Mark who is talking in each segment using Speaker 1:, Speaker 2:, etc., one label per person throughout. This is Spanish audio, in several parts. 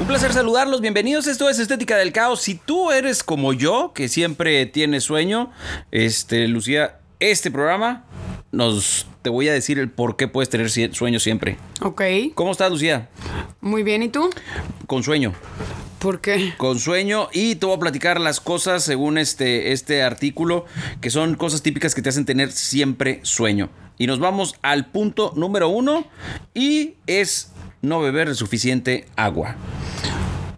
Speaker 1: Un placer saludarlos, bienvenidos, esto es Estética del Caos. Si tú eres como yo, que siempre tienes sueño, este, Lucía, este programa nos te voy a decir el por qué puedes tener sie- sueño siempre.
Speaker 2: Ok,
Speaker 1: ¿Cómo estás, Lucía?
Speaker 2: muy bien, ¿y tú?
Speaker 1: Con sueño.
Speaker 2: ¿Por qué?
Speaker 1: Con sueño y te voy a platicar las cosas según este, este artículo, que son cosas típicas que te hacen tener siempre sueño. Y nos vamos al punto número uno y es no beber suficiente agua.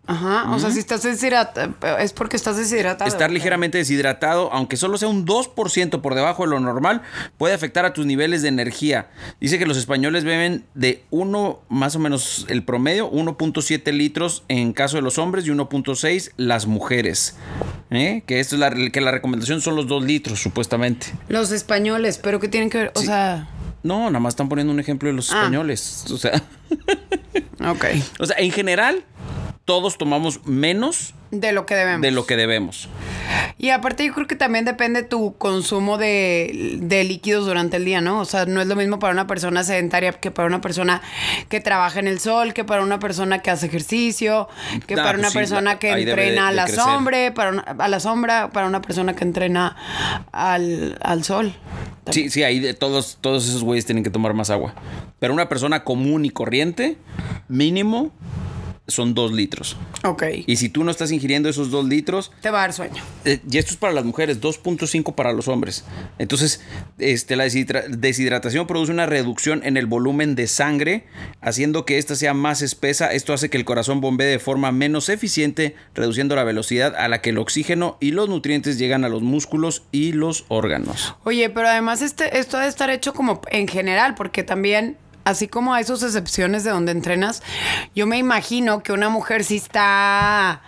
Speaker 2: Ajá, o sea, si estás deshidratado, es porque estás deshidratado.
Speaker 1: Estar ligeramente deshidratado, aunque solo sea un 2% por debajo de lo normal, puede afectar a tus niveles de energía. Dice que los españoles beben de 1, más o menos el promedio, 1.7 litros en caso de los hombres y 1.6 las mujeres. ¿Eh? Que, esto es la, que la recomendación son los 2 litros, supuestamente.
Speaker 2: Los españoles, pero ¿qué tienen que ver? O sea,
Speaker 1: No, nada más están poniendo un ejemplo de los
Speaker 2: Ah.
Speaker 1: españoles. O sea,
Speaker 2: ok.
Speaker 1: o sea, en general, todos tomamos menos
Speaker 2: De lo que debemos.
Speaker 1: de lo que debemos.
Speaker 2: Y aparte yo creo que también depende tu consumo de, de líquidos durante el día, ¿no? O sea, no es lo mismo para una persona sedentaria que para una persona que trabaja en el sol, que para una persona que hace ejercicio, que
Speaker 1: Ah, pues
Speaker 2: para una
Speaker 1: sí, la-
Speaker 2: persona que
Speaker 1: ahí debe de-
Speaker 2: entrena a
Speaker 1: de
Speaker 2: la
Speaker 1: crecer.
Speaker 2: sombra, para una- a la sombra, para una persona que entrena al, al sol.
Speaker 1: Sí, sí, ahí de todos, todos esos güeyes tienen que tomar más agua. Pero una persona común y corriente, mínimo, son dos litros.
Speaker 2: Ok.
Speaker 1: Y si tú no estás ingiriendo esos dos litros,
Speaker 2: Te va a dar sueño.
Speaker 1: eh, y esto es para las mujeres, 2.5 para los hombres. Entonces, este, la deshidra- deshidratación produce una reducción en el volumen de sangre, haciendo que ésta sea más espesa. Esto hace que el corazón bombee de forma menos eficiente, reduciendo la velocidad a la que el oxígeno y los nutrientes llegan a los músculos y los órganos.
Speaker 2: Oye, pero además este, esto ha de estar hecho como en general, porque también, así como hay sus excepciones de donde entrenas, yo me imagino que una mujer si está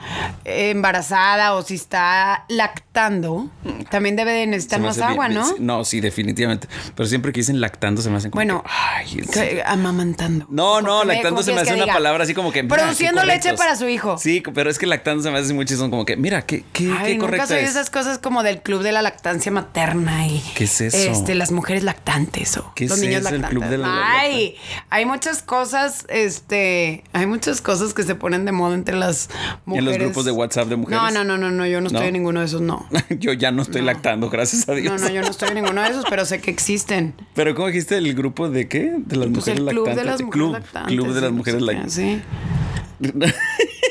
Speaker 2: eh, embarazada o si está lactando, también debe de necesitar
Speaker 1: Se me
Speaker 2: más
Speaker 1: hace bien-
Speaker 2: agua,
Speaker 1: bien-
Speaker 2: ¿no?
Speaker 1: sí, No, sí, definitivamente. Pero siempre que dicen lactando se me hacen como
Speaker 2: Bueno,
Speaker 1: que, ay, es-
Speaker 2: que- eh, amamantando.
Speaker 1: No, no,
Speaker 2: Como que
Speaker 1: lactando
Speaker 2: como
Speaker 1: se me
Speaker 2: quieres
Speaker 1: hace
Speaker 2: que
Speaker 1: una
Speaker 2: diga.
Speaker 1: palabra así como que. mira,
Speaker 2: Produciendo
Speaker 1: qué
Speaker 2: leche
Speaker 1: correctos.
Speaker 2: para su hijo.
Speaker 1: Sí, pero es que lactando se me hace muy chistón. Como que, mira, qué, qué,
Speaker 2: Ay,
Speaker 1: qué
Speaker 2: nunca
Speaker 1: correcto
Speaker 2: soy
Speaker 1: es.
Speaker 2: esas cosas como del club de la lactancia materna y
Speaker 1: ¿Qué es eso?
Speaker 2: Este, las mujeres lactantes o
Speaker 1: ¿Qué
Speaker 2: los
Speaker 1: es
Speaker 2: niños
Speaker 1: eso, el
Speaker 2: lactantes.
Speaker 1: club de la
Speaker 2: Ay, hay muchas cosas, este, hay muchas cosas que se ponen de moda entre las
Speaker 1: los
Speaker 2: mujeres.
Speaker 1: grupos de WhatsApp de mujeres?
Speaker 2: No, no, no, no, no, yo no estoy
Speaker 1: ¿No?
Speaker 2: en ninguno de esos, no.
Speaker 1: Yo ya no estoy lactando, gracias a Dios.
Speaker 2: No, no, yo no estoy en ninguno de esos, pero sé que existen.
Speaker 1: Pero ¿cómo dijiste el grupo de qué? De las
Speaker 2: Pues
Speaker 1: mujeres
Speaker 2: el club de las
Speaker 1: lactantes.
Speaker 2: mujeres
Speaker 1: club,
Speaker 2: lactantes.
Speaker 1: club de las
Speaker 2: sí,
Speaker 1: mujeres
Speaker 2: no sé qué,
Speaker 1: lactantes.
Speaker 2: Sí.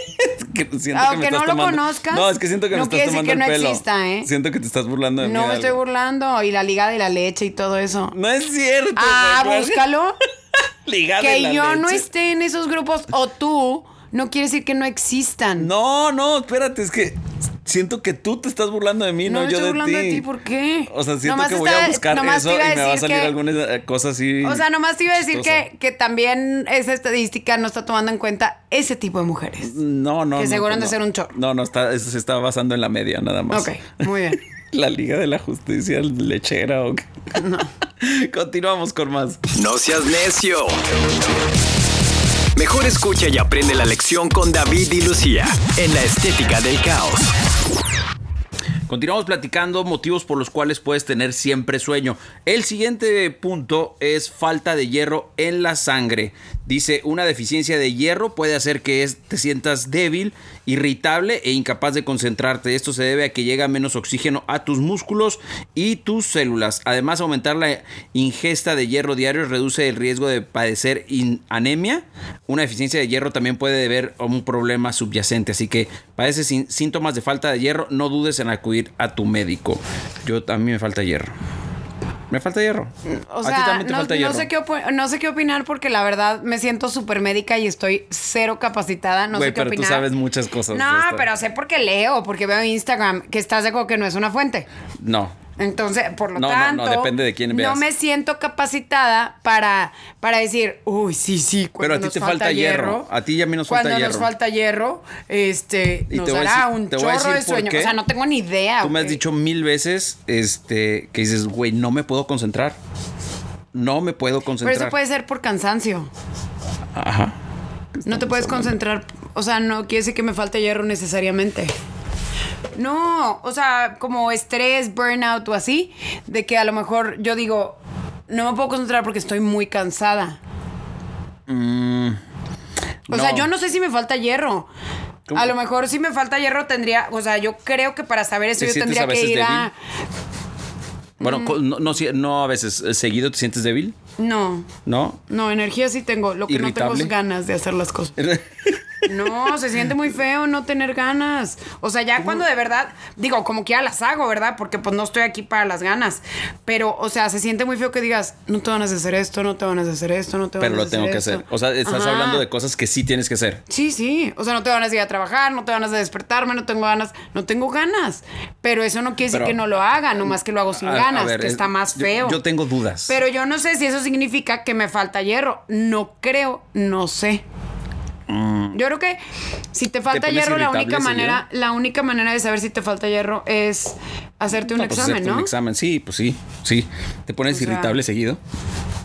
Speaker 1: Que siento que me
Speaker 2: Aunque
Speaker 1: estás
Speaker 2: no lo
Speaker 1: tomando-
Speaker 2: conozcas,
Speaker 1: No, es que siento que me
Speaker 2: no
Speaker 1: estás
Speaker 2: quiere decir
Speaker 1: tomando el
Speaker 2: que no
Speaker 1: pelo.
Speaker 2: exista, ¿eh?
Speaker 1: Siento que te estás burlando de mí.
Speaker 2: No me estoy
Speaker 1: algo.
Speaker 2: burlando. Y la liga de la leche y todo eso.
Speaker 1: No es cierto.
Speaker 2: Ah,
Speaker 1: güey.
Speaker 2: búscalo.
Speaker 1: Liga de
Speaker 2: que
Speaker 1: la
Speaker 2: yo no
Speaker 1: leche.
Speaker 2: esté en esos grupos o tú no quiere decir que no existan.
Speaker 1: No, no, espérate, es que siento que tú te estás burlando de mí, no,
Speaker 2: No me
Speaker 1: yo
Speaker 2: estoy
Speaker 1: de
Speaker 2: burlando
Speaker 1: ti.
Speaker 2: de ti, ¿por qué?
Speaker 1: O sea, siento
Speaker 2: Nomás
Speaker 1: que voy a
Speaker 2: estaba-
Speaker 1: buscar
Speaker 2: nomás
Speaker 1: eso
Speaker 2: te
Speaker 1: y
Speaker 2: iba a
Speaker 1: me va a
Speaker 2: decir
Speaker 1: salir
Speaker 2: que-
Speaker 1: alguna eh, cosa así.
Speaker 2: O sea, nomás te iba a decir
Speaker 1: chistosa.
Speaker 2: que, que también esa estadística no está tomando en cuenta ese tipo de mujeres.
Speaker 1: No, no.
Speaker 2: que
Speaker 1: no,
Speaker 2: seguro han
Speaker 1: no.
Speaker 2: de ser un chorro.
Speaker 1: No, no, está, eso se está basando en la media, nada más.
Speaker 2: Ok, muy bien.
Speaker 1: La Liga de la Justicia Lechera o qué. Continuamos con más.
Speaker 3: No seas necio. Mejor escucha y aprende la lección con David y Lucía en la Estética del Caos.
Speaker 1: Continuamos platicando motivos por los cuales puedes tener siempre sueño. El siguiente punto es falta de hierro en la sangre. Dice, una deficiencia de hierro puede hacer que es- te sientas débil, irritable e incapaz de concentrarte. Esto se debe a que llega menos oxígeno a tus músculos y tus células. Además, aumentar la ingesta de hierro diario reduce el riesgo de padecer in- anemia. Una deficiencia de hierro también puede deber a un problema subyacente. Así que padeces sin- síntomas de falta de hierro, no dudes en acudir a tu médico. Yo a mí me falta hierro. Me falta hierro.
Speaker 2: Mm, O
Speaker 1: A ti
Speaker 2: sea,
Speaker 1: también te
Speaker 2: no,
Speaker 1: falta
Speaker 2: no
Speaker 1: hierro.
Speaker 2: sé qué opo- no sé qué opinar porque la verdad me siento súper médica y estoy cero capacitada. No
Speaker 1: Güey,
Speaker 2: sé qué
Speaker 1: pero tú
Speaker 2: opinar.
Speaker 1: sabes muchas cosas de
Speaker 2: No,
Speaker 1: esto.
Speaker 2: pero sé porque leo, porque veo Instagram, que estás de acuerdo que no es una fuente.
Speaker 1: No.
Speaker 2: Entonces, por lo
Speaker 1: No, no, no,
Speaker 2: tanto,
Speaker 1: depende de quién veas.
Speaker 2: no me siento capacitada para, para decir, uy, sí, sí,
Speaker 1: Pero
Speaker 2: cuando
Speaker 1: a ti
Speaker 2: nos
Speaker 1: te falta hierro. A ti y a mí nos falta
Speaker 2: Cuando
Speaker 1: hierro.
Speaker 2: nos falta hierro, este,
Speaker 1: Y
Speaker 2: nos
Speaker 1: te voy a
Speaker 2: dará
Speaker 1: decir-
Speaker 2: un
Speaker 1: te voy a
Speaker 2: chorro de
Speaker 1: decir por
Speaker 2: sueño.
Speaker 1: qué.
Speaker 2: O sea, no tengo ni idea.
Speaker 1: Tú me has
Speaker 2: güey.
Speaker 1: dicho mil veces este, que dices, güey, no me puedo concentrar. No me puedo
Speaker 2: Pero
Speaker 1: concentrar.
Speaker 2: eso puede ser por cansancio.
Speaker 1: Ajá.
Speaker 2: No te puedes concentrar. O sea, no quiere decir que me falte hierro necesariamente. No, o sea, como estrés, burnout o así, de que a lo mejor yo digo, no me puedo concentrar porque estoy muy cansada.
Speaker 1: Mm,
Speaker 2: O sea, yo no sé si me falta hierro.
Speaker 1: ¿Cómo?
Speaker 2: A lo mejor si me falta hierro tendría, o sea, yo creo que para saber eso
Speaker 1: ¿Te
Speaker 2: yo
Speaker 1: sientes
Speaker 2: tendría
Speaker 1: a
Speaker 2: que
Speaker 1: veces
Speaker 2: ir a...
Speaker 1: Bueno, co- no, no, si- no a veces. eh, ¿Seguido te sientes débil?
Speaker 2: No,
Speaker 1: ¿No?
Speaker 2: no, energía sí tengo. Lo que no
Speaker 1: Irritable.
Speaker 2: tengo es ganas de hacer las cosas. No, se siente muy feo no tener ganas. O sea, ya cuando de verdad, digo, como que ya las hago, ¿verdad? Porque pues no estoy aquí para las ganas. Pero, o sea, se siente muy feo que digas, no te van a hacer esto, no te van a hacer esto, no te van
Speaker 1: Pero
Speaker 2: a
Speaker 1: lo
Speaker 2: hacer
Speaker 1: tengo que
Speaker 2: esto".
Speaker 1: hacer. O sea, estás
Speaker 2: Ajá.
Speaker 1: hablando de cosas que sí tienes que hacer.
Speaker 2: Sí, sí. O sea, no te van a ir a trabajar, no te van a despertarme, no tengo ganas. No tengo ganas. Pero eso no quiere decir
Speaker 1: Pero-
Speaker 2: que no lo haga, nomás que lo hago sin
Speaker 1: A- a
Speaker 2: ganas,
Speaker 1: ver,
Speaker 2: que
Speaker 1: es-
Speaker 2: está más
Speaker 1: yo-
Speaker 2: feo.
Speaker 1: Yo, tengo dudas.
Speaker 2: Pero yo no sé si eso significa que me falta hierro. No creo, no sé. Yo creo que si te falta
Speaker 1: Mm. pones
Speaker 2: hierro, la
Speaker 1: irritable
Speaker 2: única
Speaker 1: ese
Speaker 2: manera, la única manera de saber si te falta hierro es hacerte un
Speaker 1: No, pues,
Speaker 2: examen,
Speaker 1: hacerte
Speaker 2: ¿no?
Speaker 1: Un examen, sí, pues sí, sí. Te pones
Speaker 2: O sea-
Speaker 1: irritable seguido.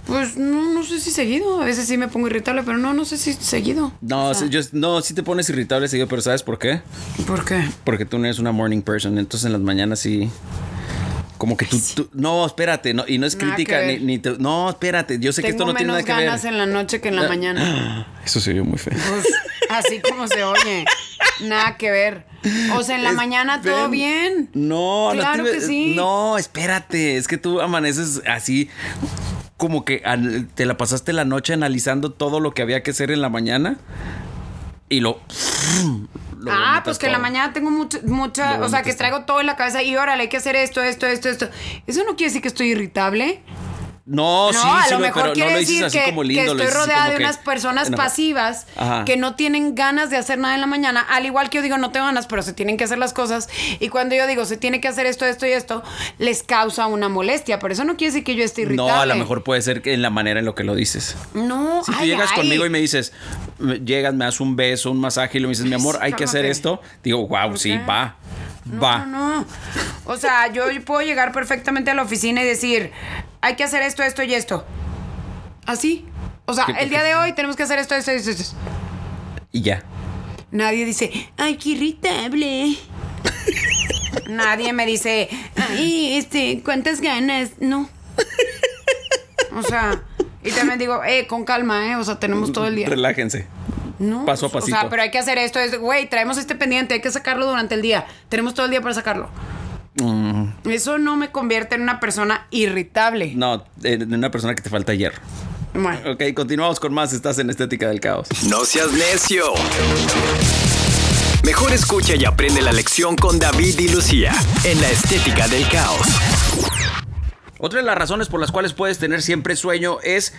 Speaker 2: Pues no, no sé si seguido. A veces sí me pongo irritable, pero no, no sé si seguido.
Speaker 1: No,
Speaker 2: O sea,
Speaker 1: sí, yo, no, sí te pones irritable seguido, pero ¿sabes por qué?
Speaker 2: ¿Por qué?
Speaker 1: Porque tú no eres una morning person, entonces en las mañanas sí. Como que tú, tú- no, espérate, no, y no es
Speaker 2: Nada que
Speaker 1: crítica, ni,
Speaker 2: ver.
Speaker 1: ni te- no, espérate, yo sé que esto
Speaker 2: Tengo
Speaker 1: no tiene
Speaker 2: menos
Speaker 1: nada que ver. Ah.
Speaker 2: ganas en la noche que en la mañana.
Speaker 1: Eso se oyó muy feo.
Speaker 2: Pues, así como se oye. Nada que ver. O sea, en la
Speaker 1: Es-
Speaker 2: mañana todo
Speaker 1: ven.
Speaker 2: bien.
Speaker 1: No, no
Speaker 2: Claro
Speaker 1: te-
Speaker 2: que sí.
Speaker 1: No, espérate, es que tú amaneces así como que al- te la pasaste la noche analizando todo lo que había que hacer en la mañana y lo, lo
Speaker 2: ah,
Speaker 1: vomitas
Speaker 2: pues que en la
Speaker 1: todo.
Speaker 2: mañana tengo mucha, mucha
Speaker 1: Lo
Speaker 2: o sea, que
Speaker 1: vomitas
Speaker 2: traigo todo en la cabeza y órale, hay que hacer esto, esto, esto, esto. Eso no quiere decir que estoy irritable.
Speaker 1: No, Oh, sí,
Speaker 2: no, a
Speaker 1: sí,
Speaker 2: lo
Speaker 1: güey,
Speaker 2: mejor
Speaker 1: pero
Speaker 2: quiere
Speaker 1: no lo
Speaker 2: decir
Speaker 1: dices así
Speaker 2: que,
Speaker 1: como
Speaker 2: que
Speaker 1: lindo. lo
Speaker 2: estoy
Speaker 1: dices
Speaker 2: rodeada
Speaker 1: como
Speaker 2: de
Speaker 1: que-
Speaker 2: unas personas
Speaker 1: Ajá.
Speaker 2: pasivas
Speaker 1: Ajá.
Speaker 2: que no tienen ganas de hacer nada en la mañana, al igual que yo digo, no tengo ganas, pero se tienen que hacer las cosas. Y cuando yo digo, se tiene que hacer esto, esto y esto, les causa una molestia, pero eso no quiere decir que yo esté irritable.
Speaker 1: No, a lo mejor puede ser que en la manera en lo que lo dices.
Speaker 2: No,
Speaker 1: Si tú
Speaker 2: ay,
Speaker 1: llegas
Speaker 2: ay.
Speaker 1: conmigo y me dices, me- llegas, me das un beso, un masaje y lo me dices, mi amor, hay que hacer
Speaker 2: cálmate.
Speaker 1: esto, digo, wow, sí,
Speaker 2: Ok.
Speaker 1: va,
Speaker 2: No,
Speaker 1: va.
Speaker 2: No, no. O sea, yo puedo llegar perfectamente a la oficina y decir, hay que hacer esto, esto y esto. Así. O sea,
Speaker 1: Sí,
Speaker 2: el día
Speaker 1: porque-
Speaker 2: de hoy tenemos que hacer esto, esto, esto, esto.
Speaker 1: Y ya.
Speaker 2: Nadie dice, ay, qué irritable. Nadie me dice, ay, este, cuántas ganas. No. O sea, y también digo, eh, con calma, eh. O sea, tenemos todo el día.
Speaker 1: Relájense.
Speaker 2: No,
Speaker 1: Paso a
Speaker 2: pues,
Speaker 1: pasito.
Speaker 2: O sea, pero hay que hacer esto, esto. Güey, traemos este pendiente, hay que sacarlo durante el día. Tenemos todo el día para sacarlo. Eso no me convierte en una persona irritable.
Speaker 1: Mm. No, eh, de una persona que te falta hierro.
Speaker 2: Bueno.
Speaker 1: Ok, continuamos con más. Estás en Estética del Caos.
Speaker 3: No seas necio. Mejor escucha y aprende la lección con David y Lucía en la estética del caos.
Speaker 1: Otra de las razones por las cuales puedes tener siempre sueño es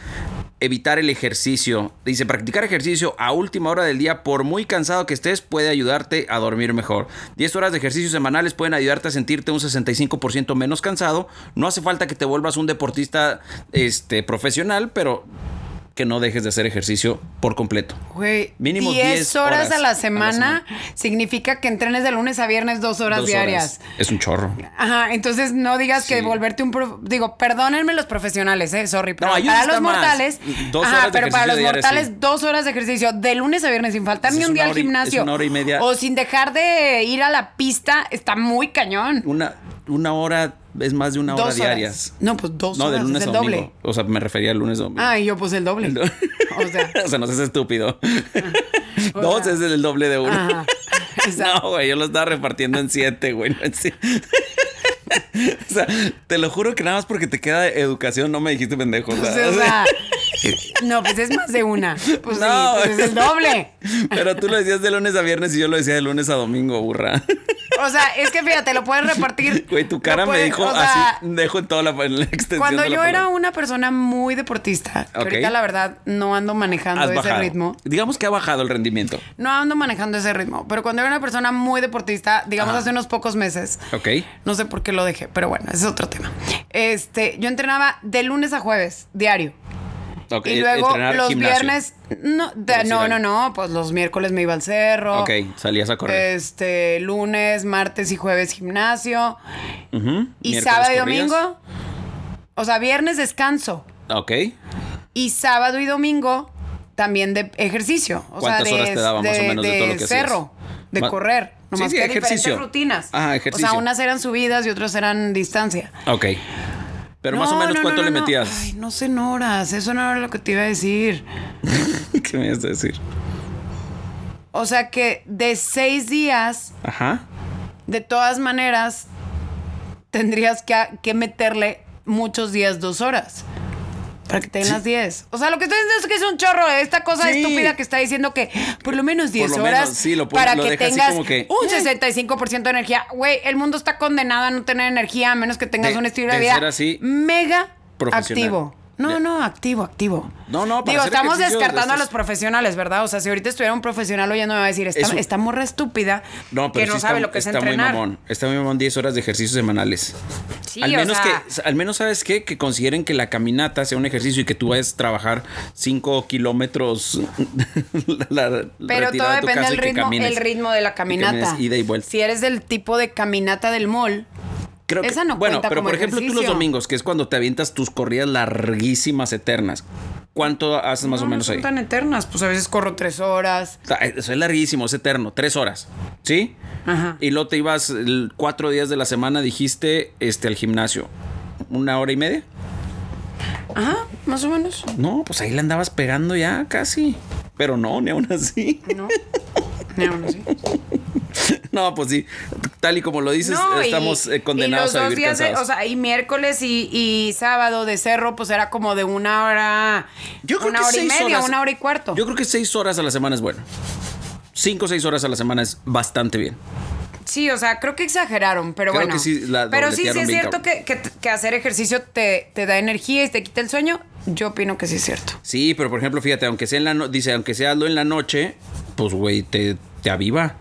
Speaker 1: evitar el ejercicio. Dice, practicar ejercicio a última hora del día, por muy cansado que estés, puede ayudarte a dormir mejor. 10 horas de ejercicio semanales pueden ayudarte a sentirte un 65% menos cansado. No hace falta que te vuelvas un deportista este, profesional, pero que no dejes de hacer ejercicio por completo.
Speaker 2: Güey,
Speaker 1: Mínimo 10
Speaker 2: 10 horas,
Speaker 1: horas
Speaker 2: a
Speaker 1: a la
Speaker 2: la semana significa que entrenes de lunes a viernes dos horas
Speaker 1: Dos
Speaker 2: diarias.
Speaker 1: horas. Es un chorro.
Speaker 2: Ajá, entonces no digas
Speaker 1: Sí.
Speaker 2: que volverte un prof- digo, perdónenme los profesionales, eh, sorry, pero
Speaker 1: ellos
Speaker 2: para
Speaker 1: está
Speaker 2: los
Speaker 1: más.
Speaker 2: mortales,
Speaker 1: Dos
Speaker 2: ajá,
Speaker 1: horas de
Speaker 2: pero para los
Speaker 1: ejercicio diario,
Speaker 2: mortales
Speaker 1: sí.
Speaker 2: dos horas de ejercicio de lunes a viernes sin faltar
Speaker 1: Pues
Speaker 2: ni
Speaker 1: es
Speaker 2: un día
Speaker 1: una
Speaker 2: al
Speaker 1: hora y- es
Speaker 2: gimnasio
Speaker 1: una hora y media.
Speaker 2: o sin dejar de ir a la pista, está muy cañón.
Speaker 1: Una, una hora es más de una hora
Speaker 2: dos
Speaker 1: diarias.
Speaker 2: horas. No, pues dos
Speaker 1: No, de
Speaker 2: horas
Speaker 1: lunes
Speaker 2: es
Speaker 1: a
Speaker 2: el
Speaker 1: domingo.
Speaker 2: doble.
Speaker 1: O sea, me refería al lunes a domingo.
Speaker 2: Ah, y yo pues el doble.
Speaker 1: El do-
Speaker 2: O sea, Ah.
Speaker 1: o sea, no seas estúpido.
Speaker 2: o
Speaker 1: Dos
Speaker 2: sea.
Speaker 1: es el doble de uno.
Speaker 2: Ajá, exacto.
Speaker 1: No, güey, yo lo estaba repartiendo en siete, güey. no en sí. o sea, te lo juro que nada más porque te queda educación no me dijiste pendejo. o sea,
Speaker 2: pues, o
Speaker 1: o sea,
Speaker 2: sea, no, pues es más de una. Pues sí,
Speaker 1: No.
Speaker 2: pues es el doble.
Speaker 1: Pero tú lo decías de lunes a viernes y yo lo decía de lunes a domingo, burra.
Speaker 2: o sea, es que fíjate, lo pueden repartir.
Speaker 1: Güey, tu cara
Speaker 2: lo
Speaker 1: me
Speaker 2: pueden-
Speaker 1: dijo
Speaker 2: o sea,
Speaker 1: así, dejo en toda la, en la extensión.
Speaker 2: Cuando
Speaker 1: de la
Speaker 2: yo era
Speaker 1: palabra.
Speaker 2: una persona muy deportista, que
Speaker 1: Ok.
Speaker 2: ahorita la verdad no ando manejando
Speaker 1: Has
Speaker 2: ese
Speaker 1: bajado.
Speaker 2: ritmo.
Speaker 1: Digamos que ha bajado el rendimiento.
Speaker 2: No ando manejando ese ritmo, pero cuando era una persona muy deportista, digamos
Speaker 1: Ajá.
Speaker 2: hace unos pocos meses,
Speaker 1: Ok.
Speaker 2: no sé por qué lo dejé, pero bueno, ese es otro tema. Este, yo entrenaba de lunes a jueves, diario.
Speaker 1: Ok,
Speaker 2: y luego
Speaker 1: entrenar
Speaker 2: los
Speaker 1: gimnasio.
Speaker 2: viernes, no, de-
Speaker 1: Pero sí
Speaker 2: no,
Speaker 1: era-
Speaker 2: no, no, pues los miércoles me iba al cerro.
Speaker 1: Ok, salías a correr.
Speaker 2: Este, lunes, martes y jueves gimnasio.
Speaker 1: Ujú,
Speaker 2: Y
Speaker 1: miércoles
Speaker 2: sábado y
Speaker 1: corrías.
Speaker 2: domingo, o sea, viernes descanso.
Speaker 1: Ok.
Speaker 2: Y sábado y domingo también de ejercicio. O
Speaker 1: ¿Cuántas
Speaker 2: sea, de,
Speaker 1: horas te daba más o menos de todo lo que hacías?
Speaker 2: cerro, de
Speaker 1: Ma-
Speaker 2: correr.
Speaker 1: Sí,
Speaker 2: Nomás
Speaker 1: sí,
Speaker 2: que
Speaker 1: ejercicio.
Speaker 2: diferentes rutinas.
Speaker 1: Ah,
Speaker 2: O
Speaker 1: ejercicio.
Speaker 2: sea, unas eran subidas y otras eran distancia.
Speaker 1: Ok. Pero más o
Speaker 2: No,
Speaker 1: menos,
Speaker 2: no, no,
Speaker 1: ¿cuánto
Speaker 2: no,
Speaker 1: le
Speaker 2: no.
Speaker 1: metías?
Speaker 2: Ay, no sé en horas. Eso no era lo que te iba a decir.
Speaker 1: ¿Qué me ibas a decir?
Speaker 2: O sea que de seis días,
Speaker 1: Ajá.
Speaker 2: de todas maneras, tendrías que, que meterle muchos días dos horas. Para que te den las 10. O sea, lo que estoy diciendo es que es un chorro de esta cosa
Speaker 1: Sí.
Speaker 2: estúpida que está diciendo que por lo menos 10
Speaker 1: lo menos,
Speaker 2: horas
Speaker 1: sí, lo pon-
Speaker 2: para
Speaker 1: lo
Speaker 2: que
Speaker 1: deja así
Speaker 2: tengas
Speaker 1: como que,
Speaker 2: un
Speaker 1: eh.
Speaker 2: 65% de energía. Güey, el mundo está condenado a no tener energía a menos que tengas
Speaker 1: De-
Speaker 2: un estilo de,
Speaker 1: de
Speaker 2: vida
Speaker 1: ser así,
Speaker 2: mega
Speaker 1: profesional.
Speaker 2: activo. No,
Speaker 1: De-
Speaker 2: no, activo, activo.
Speaker 1: No, no, para
Speaker 2: Digo,
Speaker 1: hacer
Speaker 2: estamos
Speaker 1: ejercicio de
Speaker 2: descartando a
Speaker 1: estos-
Speaker 2: los profesionales, ¿verdad? O sea, si ahorita estuviera un profesional oyendo me va a decir,
Speaker 1: Es
Speaker 2: esta,
Speaker 1: un-
Speaker 2: esta morra estúpida
Speaker 1: No, pero
Speaker 2: que no
Speaker 1: sí
Speaker 2: sabe
Speaker 1: está,
Speaker 2: lo que es
Speaker 1: está
Speaker 2: entrenar.
Speaker 1: muy mamón. Está muy mamón 10 horas de ejercicios semanales.
Speaker 2: Sí,
Speaker 1: al
Speaker 2: o
Speaker 1: menos
Speaker 2: sea-
Speaker 1: que al menos sabes qué, que consideren que la caminata sea un ejercicio y que tú vayas a trabajar 5 kilómetros la- la-
Speaker 2: Pero
Speaker 1: retirada de
Speaker 2: todo
Speaker 1: tu
Speaker 2: depende
Speaker 1: casa
Speaker 2: del
Speaker 1: y que
Speaker 2: ritmo,
Speaker 1: camines.
Speaker 2: el ritmo de la
Speaker 1: Y camines
Speaker 2: caminata.
Speaker 1: Ida y vuelta.
Speaker 2: Si eres del tipo de caminata del mall,
Speaker 1: Creo que-
Speaker 2: Esa no
Speaker 1: Bueno,
Speaker 2: cuenta
Speaker 1: pero
Speaker 2: como
Speaker 1: por ejemplo tú los
Speaker 2: ejercicio.
Speaker 1: domingos, que es cuando te avientas tus corridas larguísimas eternas. ¿Cuánto haces más
Speaker 2: no,
Speaker 1: o menos
Speaker 2: no son
Speaker 1: ahí?
Speaker 2: tan eternas. Pues a veces corro tres horas.
Speaker 1: Ta- Eso es larguísimo, es eterno, tres horas, ¿sí?
Speaker 2: Ajá.
Speaker 1: Y luego te ibas el- cuatro días de la semana, dijiste, este, al gimnasio. ¿Una hora y media?
Speaker 2: Ajá, más o menos.
Speaker 1: No, pues ahí la andabas pegando ya casi. Pero no, ni aún así.
Speaker 2: No. Ni aún así.
Speaker 1: No, pues sí, tal y como lo dices,
Speaker 2: No, y-
Speaker 1: estamos eh,
Speaker 2: y
Speaker 1: condenados
Speaker 2: los
Speaker 1: a
Speaker 2: dos
Speaker 1: vivir
Speaker 2: días de-
Speaker 1: cansados.
Speaker 2: o sea, y miércoles y, y sábado de cerro, pues era como de una hora. una hora y
Speaker 1: seis
Speaker 2: media,
Speaker 1: horas-
Speaker 2: una hora y cuarto.
Speaker 1: Yo creo que seis horas a la semana es bueno. Cinco o seis horas a la semana es bastante bien.
Speaker 2: Sí, o sea, creo que exageraron, pero
Speaker 1: Creo
Speaker 2: bueno.
Speaker 1: que sí, la
Speaker 2: pero sí, sí
Speaker 1: dobletearon
Speaker 2: es
Speaker 1: bien
Speaker 2: cierto que, que- que hacer ejercicio te, te da energía y te quita el sueño. Yo opino que sí es cierto.
Speaker 1: Sí, pero por ejemplo, fíjate, aunque sea en la no- dice, aunque sea lo en la noche, pues güey, te, te aviva.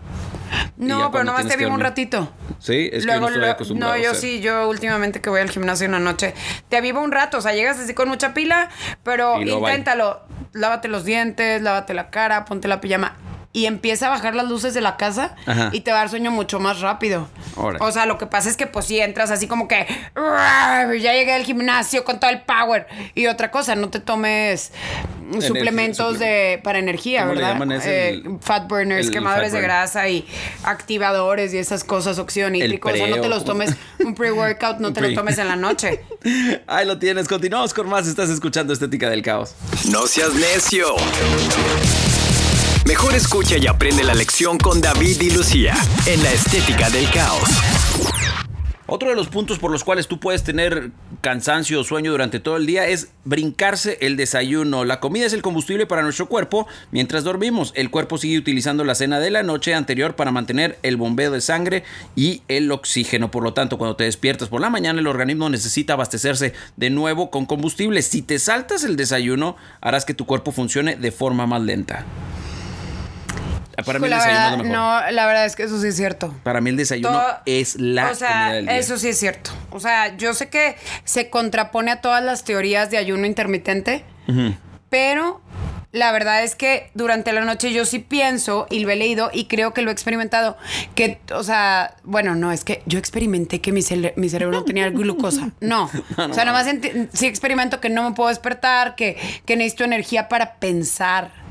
Speaker 1: Y ya
Speaker 2: No, pero
Speaker 1: cuando
Speaker 2: nomás
Speaker 1: tienes
Speaker 2: te
Speaker 1: que
Speaker 2: vivo un
Speaker 1: dormir.
Speaker 2: ratito.
Speaker 1: Sí, es
Speaker 2: Luego,
Speaker 1: que yo no estoy
Speaker 2: lo-
Speaker 1: acostumbrado.
Speaker 2: no,
Speaker 1: a
Speaker 2: yo
Speaker 1: hacer.
Speaker 2: sí, yo últimamente que voy al gimnasio en la noche, te avivo un rato, o sea, llegas así con mucha pila, pero
Speaker 1: Y luego bye.
Speaker 2: inténtalo. Lávate los dientes, lávate la cara, ponte la pijama y empieza a bajar las luces de la casa
Speaker 1: Ajá.
Speaker 2: y te va a dar sueño mucho más rápido.
Speaker 1: Órale.
Speaker 2: O sea, lo que pasa es que pues si entras así como que "Uah, ya llegué al gimnasio con todo el power y otra cosa, no te tomes mm,
Speaker 1: Energía,
Speaker 2: suplementos de para energía,
Speaker 1: ¿Cómo le
Speaker 2: ¿verdad?
Speaker 1: llaman ese?
Speaker 2: Eh,
Speaker 1: El-
Speaker 2: fat burners,
Speaker 1: el
Speaker 2: quemadores
Speaker 1: fat
Speaker 2: de
Speaker 1: burn.
Speaker 2: grasa y activadores y esas cosas, oxión
Speaker 1: El
Speaker 2: nítrico, o sea, no
Speaker 1: preo,
Speaker 2: te los
Speaker 1: ¿cómo?
Speaker 2: tomes, un pre-workout no te
Speaker 1: Pre.
Speaker 2: lo tomes en la noche.
Speaker 1: Ahí lo tienes, continuamos con más, estás escuchando Estética del Caos.
Speaker 3: No seas necio. Mejor escucha y aprende la lección con David y Lucía en la estética del caos.
Speaker 1: Otro de los puntos por los cuales tú puedes tener cansancio o sueño durante todo el día es brincarse el desayuno. La comida es el combustible para nuestro cuerpo mientras dormimos. El cuerpo sigue utilizando la cena de la noche anterior para mantener el bombeo de sangre y el oxígeno. Por lo tanto, cuando te despiertas por la mañana, el organismo necesita abastecerse de nuevo con combustible. Si te saltas el desayuno, harás que tu cuerpo funcione de forma más lenta. Para mí el
Speaker 2: la
Speaker 1: desayuno
Speaker 2: verdad,
Speaker 1: es lo mejor.
Speaker 2: no, la verdad es que eso sí es cierto.
Speaker 1: Para mí el desayuno
Speaker 2: Todo-
Speaker 1: es la
Speaker 2: o sea,
Speaker 1: comida del día.
Speaker 2: Eso sí es cierto. O sea, yo sé que se contrapone a todas las teorías de ayuno intermitente, pero la verdad es que durante la noche yo sí pienso y lo he leído y creo que lo he experimentado. Que, o sea, bueno, no, es que yo experimenté que mi, cele- mi cerebro no tenía glucosa. No.
Speaker 1: No, no,
Speaker 2: o sea,
Speaker 1: no.
Speaker 2: nomás enti- sí experimento que no me puedo despertar, que, que necesito energía para pensar.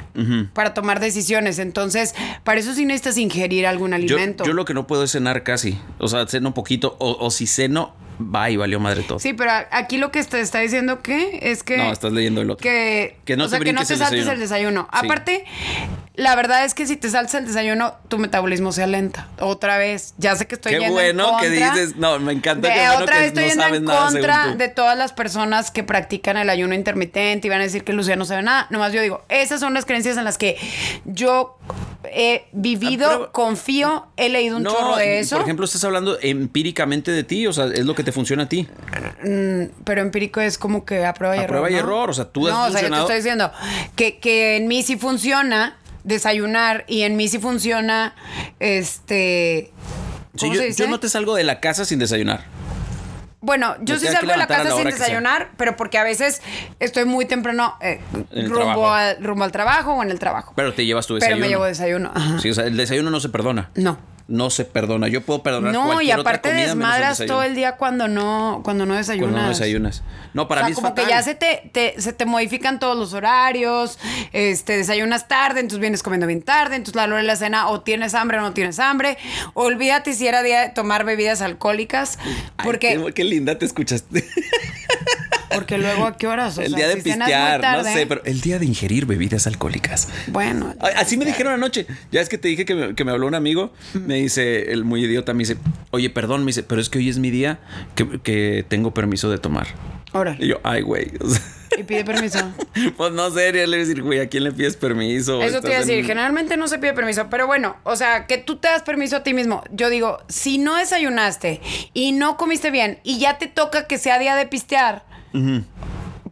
Speaker 2: Para tomar decisiones. Entonces, para eso sí necesitas ingerir algún
Speaker 1: Yo,
Speaker 2: alimento.
Speaker 1: yo lo que no puedo es cenar casi. O sea, ceno poquito. O, o si ceno, va y valió madre todo.
Speaker 2: Sí, pero a- aquí lo que te está diciendo que es que.
Speaker 1: Pues No, estás leyendo el otro.
Speaker 2: Que,
Speaker 1: Que no
Speaker 2: o
Speaker 1: te
Speaker 2: sea, que no
Speaker 1: brinques
Speaker 2: te
Speaker 1: el
Speaker 2: saltes
Speaker 1: desayuno.
Speaker 2: el desayuno.
Speaker 1: Sí.
Speaker 2: Aparte, la verdad es que si te saltas el desayuno, tu metabolismo se alenta. Otra vez. Ya sé que estoy
Speaker 1: Qué
Speaker 2: yendo en
Speaker 1: bueno que
Speaker 2: contra
Speaker 1: dices- no, me encanta,
Speaker 2: de-
Speaker 1: qué bueno
Speaker 2: otra
Speaker 1: que
Speaker 2: vez estoy
Speaker 1: no
Speaker 2: yendo
Speaker 1: sabes
Speaker 2: en
Speaker 1: nada, según
Speaker 2: contra
Speaker 1: tú.
Speaker 2: de todas las personas que practican el ayuno intermitente y van a decir que Lucía no sabe nada. Nomás yo digo, esas son las creencias en las que yo he vivido,
Speaker 1: Ah, pero-
Speaker 2: confío, he leído un chorro
Speaker 1: y-
Speaker 2: de eso,
Speaker 1: Por ejemplo, estás hablando empíricamente de ti, o sea, es lo que te funciona a ti.
Speaker 2: pero empírico es como que a prueba y
Speaker 1: A
Speaker 2: error.
Speaker 1: prueba y
Speaker 2: ¿no?
Speaker 1: error, o sea, tú has
Speaker 2: No, o sea, yo te
Speaker 1: funcionado-
Speaker 2: estoy diciendo que, que en mí sí funciona desayunar y en mí sí funciona este.
Speaker 1: Sí,
Speaker 2: ¿Cómo
Speaker 1: yo,
Speaker 2: se
Speaker 1: yo
Speaker 2: dice?
Speaker 1: no te salgo de la casa sin desayunar.
Speaker 2: Bueno, yo
Speaker 1: Me
Speaker 2: sí
Speaker 1: tengo que
Speaker 2: salgo de la
Speaker 1: levantar a
Speaker 2: casa
Speaker 1: la
Speaker 2: sin
Speaker 1: hora que sea.
Speaker 2: desayunar, pero porque a veces estoy muy temprano eh,
Speaker 1: En el
Speaker 2: rumbo,
Speaker 1: trabajo.
Speaker 2: al, rumbo al trabajo o en el trabajo.
Speaker 1: Pero te llevas tu
Speaker 2: Pero
Speaker 1: desayuno.
Speaker 2: me llevo desayuno. ajá.
Speaker 1: Sí, o sea, el desayuno no se perdona.
Speaker 2: No.
Speaker 1: No se perdona. Yo puedo perdonar
Speaker 2: No, y
Speaker 1: cualquier otra
Speaker 2: aparte
Speaker 1: comida menos el
Speaker 2: desmadras
Speaker 1: desayuno.
Speaker 2: todo el día cuando no, cuando no desayunas.
Speaker 1: Cuando no desayunas. No, para
Speaker 2: o sea,
Speaker 1: mí es
Speaker 2: como
Speaker 1: fatal.
Speaker 2: que ya se te, te- se te modifican todos los horarios, este, desayunas tarde, entonces vienes comiendo bien tarde, entonces la hora de la cena o tienes hambre o no tienes hambre. Olvídate si era día de tomar bebidas alcohólicas,
Speaker 1: Ay,
Speaker 2: porque,
Speaker 1: qué, qué linda te escuchaste.
Speaker 2: porque luego a qué horas, o
Speaker 1: el
Speaker 2: sea,
Speaker 1: día de
Speaker 2: si cenas muy
Speaker 1: pistear, no
Speaker 2: tarde-
Speaker 1: sé, pero el día de ingerir bebidas alcohólicas.
Speaker 2: Bueno,
Speaker 1: Ay, Así me dijeron anoche. Ya es que te dije que me, que me habló un amigo. Me dice, el muy idiota, me dice, oye, perdón, me dice, pero es que hoy es mi día que, que tengo permiso de tomar. Y
Speaker 2: órale.
Speaker 1: yo, ay, güey. o sea,
Speaker 2: Y pide permiso.
Speaker 1: pues no sé, le voy a decir, güey, ¿a quién le pides permiso?
Speaker 2: Eso te iba a
Speaker 1: Estás en-
Speaker 2: decir, generalmente no se pide permiso, pero bueno, o sea, que tú te das permiso a ti mismo. Yo digo, si no desayunaste y no comiste bien y ya te toca que sea día de pistear,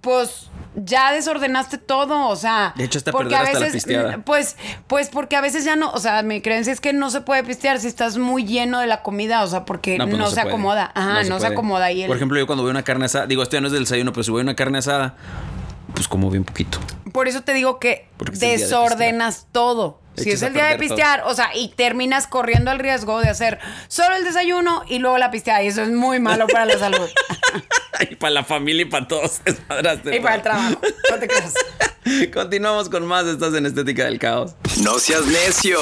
Speaker 2: pues ya desordenaste todo, o sea,
Speaker 1: De hecho, hasta perder hasta la pisteada.
Speaker 2: mm, pues pues porque a veces ya no, o sea, mi creencia es que no se puede pistear si estás muy lleno de la comida, o sea, porque no,
Speaker 1: pues
Speaker 2: se,
Speaker 1: puede.
Speaker 2: acomoda, ajá, no se,
Speaker 1: puede.
Speaker 2: acomoda ahí el-
Speaker 1: Por ejemplo, yo cuando veo una carne asada, digo, esto ya no es del desayuno, pero si voy a una carne asada, pues como bien poquito.
Speaker 2: Por eso te digo que
Speaker 1: Porque es el día de
Speaker 2: desordenas todo. si
Speaker 1: Echas
Speaker 2: es
Speaker 1: a
Speaker 2: el día de
Speaker 1: perder todo.
Speaker 2: pistear, o sea, y terminas corriendo el riesgo de hacer solo el desayuno y luego la pisteada. Y eso es muy malo para la salud.
Speaker 1: y para la familia y para todos, desmadraste
Speaker 2: y para el
Speaker 1: todo.
Speaker 2: trabajo. No te creas.
Speaker 1: Continuamos con más, estás en Estética del Caos.
Speaker 3: No seas necio.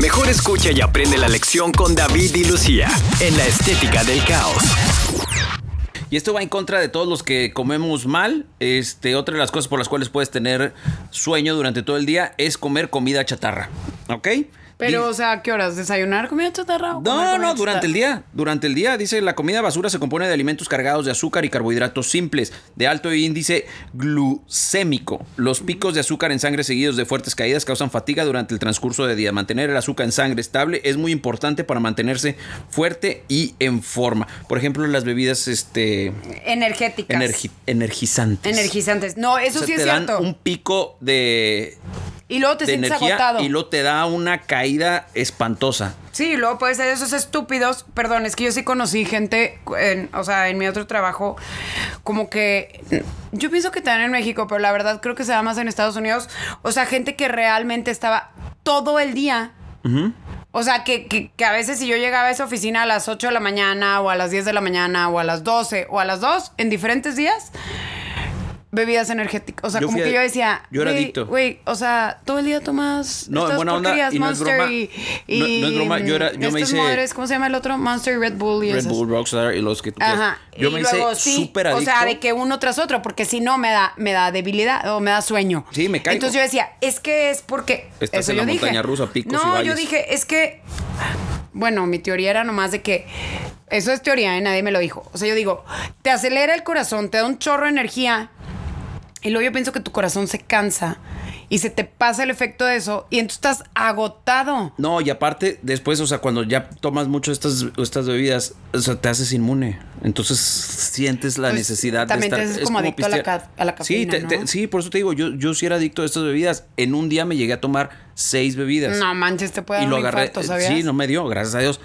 Speaker 3: Mejor escucha y aprende la lección con David y Lucía en la estética del caos.
Speaker 1: Y esto va en contra de todos los que comemos mal. Este, otra de las cosas por las cuales puedes tener sueño durante todo el día es comer comida chatarra. ¿Ok?
Speaker 2: Pero,
Speaker 1: Di-
Speaker 2: o sea, ¿qué horas? ¿Desayunar comida chatarra? o comer
Speaker 1: No,
Speaker 2: comida
Speaker 1: no, durante
Speaker 2: chatarra?
Speaker 1: el día. Durante el día, dice, la comida basura se compone de alimentos cargados de azúcar y carbohidratos simples, de alto índice glucémico. Los picos de azúcar en sangre seguidos de fuertes caídas causan fatiga durante el transcurso del día. Mantener el azúcar en sangre estable es muy importante para mantenerse fuerte y en forma. Por ejemplo, las bebidas este,
Speaker 2: Energéticas.
Speaker 1: energi- energizantes.
Speaker 2: Energizantes. No,
Speaker 1: O
Speaker 2: eso
Speaker 1: sea,
Speaker 2: sí es
Speaker 1: te dan
Speaker 2: cierto.
Speaker 1: un pico de,
Speaker 2: Y luego te
Speaker 1: de
Speaker 2: sientes
Speaker 1: energía
Speaker 2: agotado.
Speaker 1: y luego te da una caída espantosa.
Speaker 2: Sí, luego puede ser esos estúpidos. Perdón, es que yo sí conocí gente, en- o sea, en mi otro trabajo, como que. Yo pienso que también en México, pero la verdad creo que se da más en Estados Unidos. O sea, gente que realmente estaba todo el día. O sea, que, que- que a veces si yo llegaba a esa oficina a las 8 de la mañana, o a las 10 de la mañana, o a las 12, o a las 2, en diferentes días, bebidas energéticas. O sea,
Speaker 1: Yo
Speaker 2: como
Speaker 1: fui
Speaker 2: que
Speaker 1: a-
Speaker 2: yo decía.
Speaker 1: yo era
Speaker 2: "Güey,
Speaker 1: adicto".
Speaker 2: Güey, o sea, todo el día tomas.
Speaker 1: No, en
Speaker 2: estas
Speaker 1: buena onda,
Speaker 2: porquerías,
Speaker 1: y no es
Speaker 2: Monster
Speaker 1: broma.
Speaker 2: y-
Speaker 1: No- no es broma, yo era- yo me
Speaker 2: estas
Speaker 1: hice-
Speaker 2: madres, ¿Cómo se llama el otro? Monster y Red Bull y
Speaker 1: Red
Speaker 2: esas.
Speaker 1: Bull, Rockstar y los que tú quieras.
Speaker 2: Ajá.
Speaker 1: Yo
Speaker 2: y
Speaker 1: me
Speaker 2: luego,
Speaker 1: hice
Speaker 2: sí,
Speaker 1: súper adicto.
Speaker 2: O sea, de que uno tras otro, porque si no me da, me da debilidad o me da sueño.
Speaker 1: Sí, me caigo.
Speaker 2: Entonces yo decía, es que es porque.
Speaker 1: Estás
Speaker 2: eso
Speaker 1: en
Speaker 2: yo
Speaker 1: la
Speaker 2: dije.
Speaker 1: montaña rusa, picos y
Speaker 2: No, yo
Speaker 1: valles.
Speaker 2: dije, es que. Bueno, mi teoría era nomás de que. Eso es teoría, ¿eh? nadie me lo dijo. O sea, yo digo, te acelera el corazón, te da un chorro de energía. Y luego yo pienso que tu corazón se cansa y se te pasa el efecto de eso y entonces estás agotado.
Speaker 1: No, y aparte, después, o sea, cuando ya tomas mucho estas, estas bebidas, o sea, te haces inmune. Entonces sientes la
Speaker 2: Pues,
Speaker 1: necesidad
Speaker 2: también te
Speaker 1: de estar.
Speaker 2: haces como adicto a la
Speaker 1: pistear.
Speaker 2: ca- a la
Speaker 1: Sí,
Speaker 2: cafeína,
Speaker 1: te- te-
Speaker 2: ¿no?
Speaker 1: sí, por eso te digo, yo, yo sí era adicto a estas bebidas. En un día me llegué a tomar seis bebidas.
Speaker 2: No manches, te
Speaker 1: y
Speaker 2: puede dar
Speaker 1: lo
Speaker 2: un
Speaker 1: agarré. eh,
Speaker 2: infarto, ¿sabías?
Speaker 1: sí, no me dio, gracias a Dios.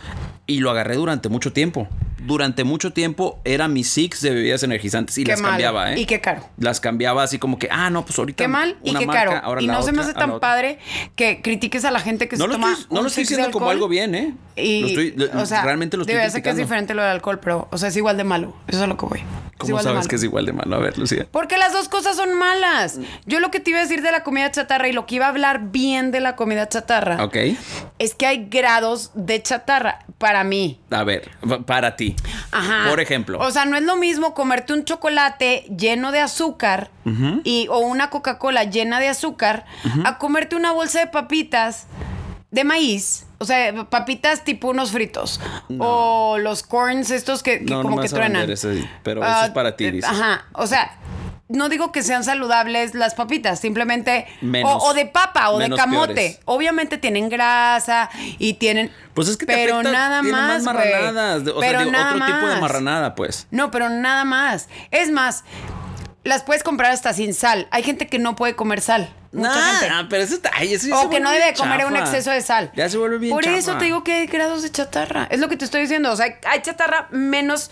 Speaker 1: Y lo agarré durante mucho tiempo. Durante mucho tiempo era mi six de bebidas energizantes y
Speaker 2: Qué
Speaker 1: las
Speaker 2: mal,
Speaker 1: cambiaba, ¿eh?
Speaker 2: y qué caro.
Speaker 1: Las cambiaba así como que, ah, no, pues ahorita.
Speaker 2: Qué mal y
Speaker 1: una
Speaker 2: qué
Speaker 1: marca,
Speaker 2: caro.
Speaker 1: ahora
Speaker 2: y
Speaker 1: la
Speaker 2: no se me
Speaker 1: otra,
Speaker 2: hace
Speaker 1: a la
Speaker 2: tan
Speaker 1: otra.
Speaker 2: padre que critiques a la gente que
Speaker 1: No
Speaker 2: se
Speaker 1: lo
Speaker 2: toma.
Speaker 1: estoy, no
Speaker 2: un
Speaker 1: lo estoy
Speaker 2: six de
Speaker 1: diciendo como
Speaker 2: alcohol
Speaker 1: algo bien, ¿eh?
Speaker 2: Y,
Speaker 1: Lo estoy- lo-
Speaker 2: o sea,
Speaker 1: realmente lo estoy
Speaker 2: debe ser que es
Speaker 1: criticando.
Speaker 2: diferente lo del alcohol, pero, o sea, es igual de malo. Eso es a lo que voy. Es
Speaker 1: ¿Cómo
Speaker 2: igual de
Speaker 1: sabes
Speaker 2: malo.
Speaker 1: que es igual de malo? A ver, Lucía.
Speaker 2: Porque las dos cosas son
Speaker 1: Mm.
Speaker 2: malas. Yo lo que te iba a decir de la comida chatarra y lo que iba a hablar bien de la comida chatarra
Speaker 1: Ok.
Speaker 2: es que hay grados de chatarra para mí.
Speaker 1: A ver, pa- para ti.
Speaker 2: Ajá.
Speaker 1: Por ejemplo.
Speaker 2: O sea, no es lo mismo comerte un chocolate lleno de azúcar y, o una Coca-Cola llena de azúcar a comerte una bolsa de papitas de maíz. O sea, papitas tipo unos fritos. O los corns estos que, que
Speaker 1: No, no
Speaker 2: como
Speaker 1: me
Speaker 2: que
Speaker 1: vas a vender
Speaker 2: truenan. Ah,
Speaker 1: ese, pero eso es para ti,
Speaker 2: eh,
Speaker 1: dices.
Speaker 2: Ajá. O sea, no digo que sean saludables las papitas, simplemente
Speaker 1: Menos-
Speaker 2: o, o de papa o de
Speaker 1: menos
Speaker 2: camote.
Speaker 1: peores.
Speaker 2: Obviamente tienen grasa y tienen
Speaker 1: Pues es que te
Speaker 2: pero
Speaker 1: afecta,
Speaker 2: nada
Speaker 1: tiene
Speaker 2: más, güey.
Speaker 1: marranadas. de- O
Speaker 2: Pero
Speaker 1: sea, digo,
Speaker 2: nada
Speaker 1: otro tipo de
Speaker 2: más.
Speaker 1: marranada, pues.
Speaker 2: No, pero nada más. Es más, las puedes comprar hasta sin sal. Hay gente que no puede comer sal. Mucha
Speaker 1: Nah,
Speaker 2: gente.
Speaker 1: ah, pero eso está- ay, eso ya se
Speaker 2: O que
Speaker 1: vuelve
Speaker 2: no debe
Speaker 1: bien
Speaker 2: de comer un
Speaker 1: chafa.
Speaker 2: exceso de sal.
Speaker 1: Ya se vuelve bien
Speaker 2: Por eso
Speaker 1: chafa.
Speaker 2: te digo que hay grados de chatarra. Es lo que te estoy diciendo. O sea, hay chatarra menos,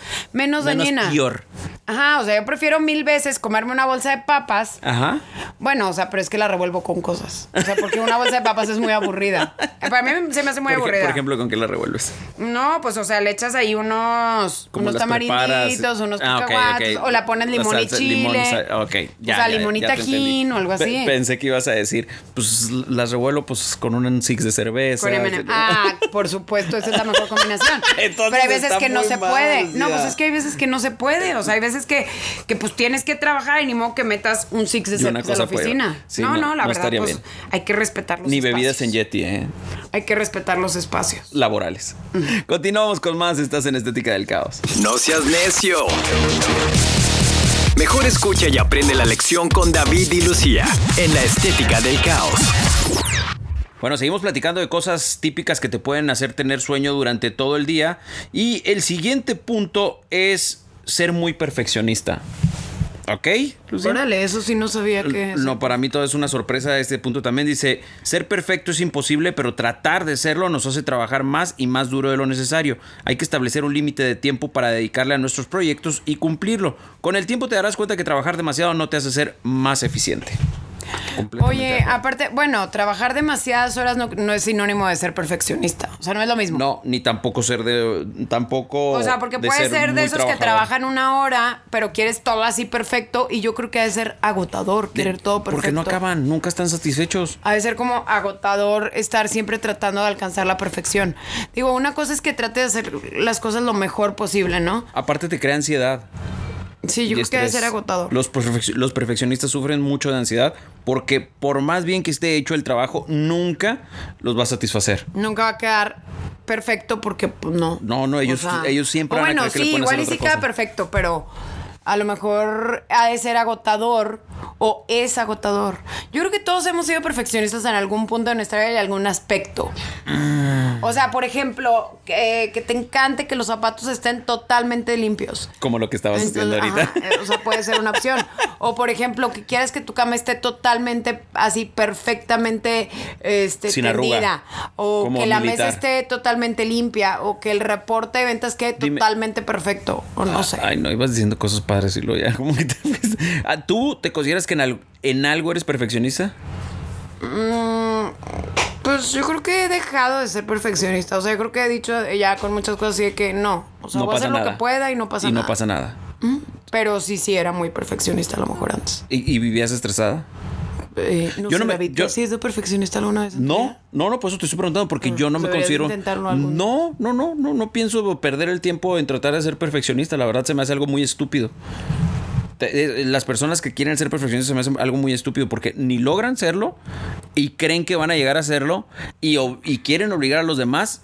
Speaker 1: Menos
Speaker 2: menos, dañina.
Speaker 1: peor.
Speaker 2: Ajá, o sea, yo prefiero mil veces comerme una bolsa de papas.
Speaker 1: Ajá.
Speaker 2: Bueno, o sea, pero es que la revuelvo con cosas. O sea, porque una bolsa de papas es muy aburrida. Eh, Para mí se me hace muy
Speaker 1: por, ej-
Speaker 2: aburrida.
Speaker 1: por ejemplo, ¿con qué la revuelves?
Speaker 2: No, pues, o sea, le echas ahí unos,
Speaker 1: ¿Cómo
Speaker 2: unos
Speaker 1: las preparas?
Speaker 2: tamarinditos, unos
Speaker 1: Ah, ok, ok.
Speaker 2: cacahuates, o la pones limón
Speaker 1: La
Speaker 2: y
Speaker 1: salsa,
Speaker 2: chile.
Speaker 1: limón y sal- ok, ya,
Speaker 2: o sea,
Speaker 1: ya, ya
Speaker 2: limón y
Speaker 1: te entendí.
Speaker 2: tajín o algo
Speaker 1: Pe-
Speaker 2: así.
Speaker 1: pensé que ibas a decir, pues las revuelvo pues con un six de cerveza.
Speaker 2: Con M&M. Ah, por supuesto, esa es la mejor combinación.
Speaker 1: Entonces
Speaker 2: Pero hay veces
Speaker 1: está
Speaker 2: que no
Speaker 1: muy
Speaker 2: se
Speaker 1: mal,
Speaker 2: puede. No,
Speaker 1: ya.
Speaker 2: pues es que hay veces que no se puede. O sea, hay veces que, que pues tienes que trabajar y ni modo que metas un six de
Speaker 1: Y una
Speaker 2: cerveza a la
Speaker 1: cosa puede.
Speaker 2: oficina.
Speaker 1: Sí,
Speaker 2: no,
Speaker 1: no,
Speaker 2: no, la
Speaker 1: no
Speaker 2: verdad,
Speaker 1: estaría
Speaker 2: pues
Speaker 1: bien.
Speaker 2: hay que respetar los
Speaker 1: Ni
Speaker 2: pues, espacios.
Speaker 1: bebidas en Yeti, ¿eh?
Speaker 2: Hay que respetar los espacios.
Speaker 1: Laborales. Continuamos con más. Estás en Estética del Caos.
Speaker 3: No seas necio. Mejor escucha y aprende la lección con David y Lucía en la estética del caos.
Speaker 1: Bueno, seguimos platicando de cosas típicas que te pueden hacer tener sueño durante todo el día. Y el siguiente punto es ser muy perfeccionista. ¿Ok? Lucía?
Speaker 2: Órale, eso sí no sabía que...
Speaker 1: No, para mí todo es una sorpresa este punto también. Dice, ser perfecto es imposible, pero tratar de serlo nos hace trabajar más y más duro de lo necesario. Hay que establecer un límite de tiempo para dedicarle a nuestros proyectos y cumplirlo. Con el tiempo te darás cuenta que trabajar demasiado no te hace ser más eficiente. Completamente de
Speaker 2: Oye,
Speaker 1: acuerdo.
Speaker 2: aparte, bueno, trabajar demasiadas horas no, no es sinónimo de ser perfeccionista. O sea, no es lo mismo.
Speaker 1: No, ni tampoco ser de... Tampoco...
Speaker 2: O sea, porque
Speaker 1: de
Speaker 2: puede ser, de
Speaker 1: muy
Speaker 2: esos que
Speaker 1: trabajador.
Speaker 2: trabajan una hora, pero quieres todo así perfecto. Y yo creo que ha de ser agotador
Speaker 1: De-
Speaker 2: querer todo perfecto.
Speaker 1: Porque no acaban, nunca están satisfechos.
Speaker 2: Ha de ser como agotador estar siempre tratando de alcanzar la perfección. Digo, una cosa es que trate de hacer las cosas lo mejor posible, ¿no?
Speaker 1: Aparte te crea ansiedad.
Speaker 2: Sí,
Speaker 1: y
Speaker 2: yo creo que ha de
Speaker 1: estrés.
Speaker 2: ser agotador.
Speaker 1: Los, perfec- los perfeccionistas sufren mucho de ansiedad porque por más bien que esté hecho el trabajo, nunca los va a satisfacer.
Speaker 2: Nunca va a quedar perfecto porque pues, no.
Speaker 1: No, no, ellos- ellos siempre
Speaker 2: o
Speaker 1: van a
Speaker 2: bueno,
Speaker 1: creer que le
Speaker 2: sí,
Speaker 1: pueden
Speaker 2: igual
Speaker 1: hacer
Speaker 2: y sí
Speaker 1: otra
Speaker 2: queda
Speaker 1: cosa.
Speaker 2: perfecto, pero a lo mejor ha de ser agotador o es agotador. Yo creo que todos hemos sido perfeccionistas en algún punto de nuestra vida y algún aspecto.
Speaker 1: Mm.
Speaker 2: O sea, por ejemplo, que, que te encante que los zapatos estén totalmente limpios.
Speaker 1: Como lo que estabas haciendo
Speaker 2: Entonces,
Speaker 1: ahorita.
Speaker 2: ajá, eh, o sea, puede ser una opción. O por ejemplo, que quieras que tu cama esté totalmente así perfectamente este,
Speaker 1: Sin
Speaker 2: tendida.
Speaker 1: arruga.
Speaker 2: O
Speaker 1: Como
Speaker 2: que la
Speaker 1: militar.
Speaker 2: mesa esté totalmente limpia. O que el reporte de ventas quede
Speaker 1: Dime- Ah,
Speaker 2: totalmente perfecto. O no sé.
Speaker 1: Ay, no, ibas diciendo cosas padres y lo ya. como que te- Ah, ¿Tú te consideras que en, al- en algo eres perfeccionista?
Speaker 2: Pues yo creo que he dejado de ser perfeccionista. O sea, yo creo que he dicho ya con muchas cosas así de que no. O sea,
Speaker 1: no
Speaker 2: voy a
Speaker 1: pasa
Speaker 2: hacer
Speaker 1: nada.
Speaker 2: lo que pueda y no pasa
Speaker 1: y
Speaker 2: nada.
Speaker 1: no pasa nada.
Speaker 2: Pero sí, sí, era muy perfeccionista a lo mejor antes.
Speaker 1: ¿Y, y vivías estresada?
Speaker 2: Eh, no
Speaker 1: Yo
Speaker 2: sé,
Speaker 1: no me-
Speaker 2: David, ¿tú
Speaker 1: yo-
Speaker 2: has sido perfeccionista alguna vez? en tu
Speaker 1: No,
Speaker 2: vida?
Speaker 1: no, no, por eso te estoy preguntando, porque yo no me
Speaker 2: deberías
Speaker 1: considero.
Speaker 2: Mm, intentarlo
Speaker 1: No,
Speaker 2: algún día.
Speaker 1: no, no, no, no pienso perder el tiempo en tratar de ser perfeccionista. La verdad se me hace algo muy estúpido. Te- eh, Las personas que quieren ser perfeccionistas se me hace algo muy estúpido porque ni logran serlo y creen que van a llegar a serlo y, ob- y quieren obligar a los demás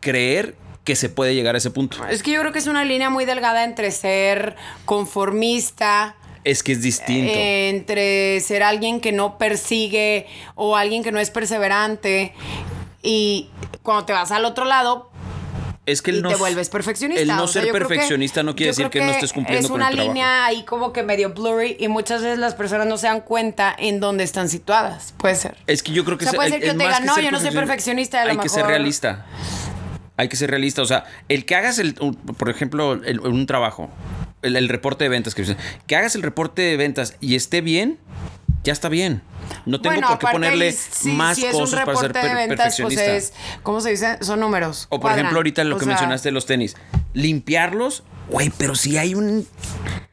Speaker 1: creer que se puede llegar a ese punto.
Speaker 2: Es que yo creo que es una línea muy delgada entre ser conformista,
Speaker 1: Es que es distinto.
Speaker 2: Eh, entre ser alguien que no persigue o alguien que no es perseverante. Y cuando te vas al otro lado,
Speaker 1: es que el
Speaker 2: y
Speaker 1: no
Speaker 2: te
Speaker 1: s-
Speaker 2: vuelves perfeccionista.
Speaker 1: El no
Speaker 2: O sea,
Speaker 1: ser
Speaker 2: yo creo que-
Speaker 1: perfeccionista no quiere
Speaker 2: yo
Speaker 1: decir
Speaker 2: creo
Speaker 1: que, no estés cumpliendo
Speaker 2: es
Speaker 1: con
Speaker 2: una
Speaker 1: el trabajo.
Speaker 2: línea ahí como que medio blurry y muchas veces las personas no se dan cuenta en dónde están situadas. Puede ser.
Speaker 1: Es que yo creo que
Speaker 2: O sea,
Speaker 1: se-
Speaker 2: puede
Speaker 1: hay-
Speaker 2: ser que yo
Speaker 1: es
Speaker 2: te
Speaker 1: más
Speaker 2: diga, "No,
Speaker 1: ser
Speaker 2: yo no soy perfeccionista", a lo
Speaker 1: Hay que ser
Speaker 2: mejor-
Speaker 1: realista. Hay que ser realista. O sea, el que hagas, el, un- por ejemplo, el- un trabajo, el, el reporte de ventas que dicen, que hagas el reporte de ventas y esté bien, ya está bien. No tengo
Speaker 2: bueno,
Speaker 1: por qué
Speaker 2: aparte,
Speaker 1: ponerle
Speaker 2: si-
Speaker 1: más
Speaker 2: si es un
Speaker 1: cosas para ser
Speaker 2: reporte de
Speaker 1: per-
Speaker 2: ventas, pues
Speaker 1: perfeccionista.
Speaker 2: es, ¿cómo se dice? Son números.
Speaker 1: O por
Speaker 2: cuadran.
Speaker 1: ejemplo, ahorita lo
Speaker 2: O
Speaker 1: que
Speaker 2: sea,
Speaker 1: mencionaste de los tenis. Limpiarlos, güey, pero si hay un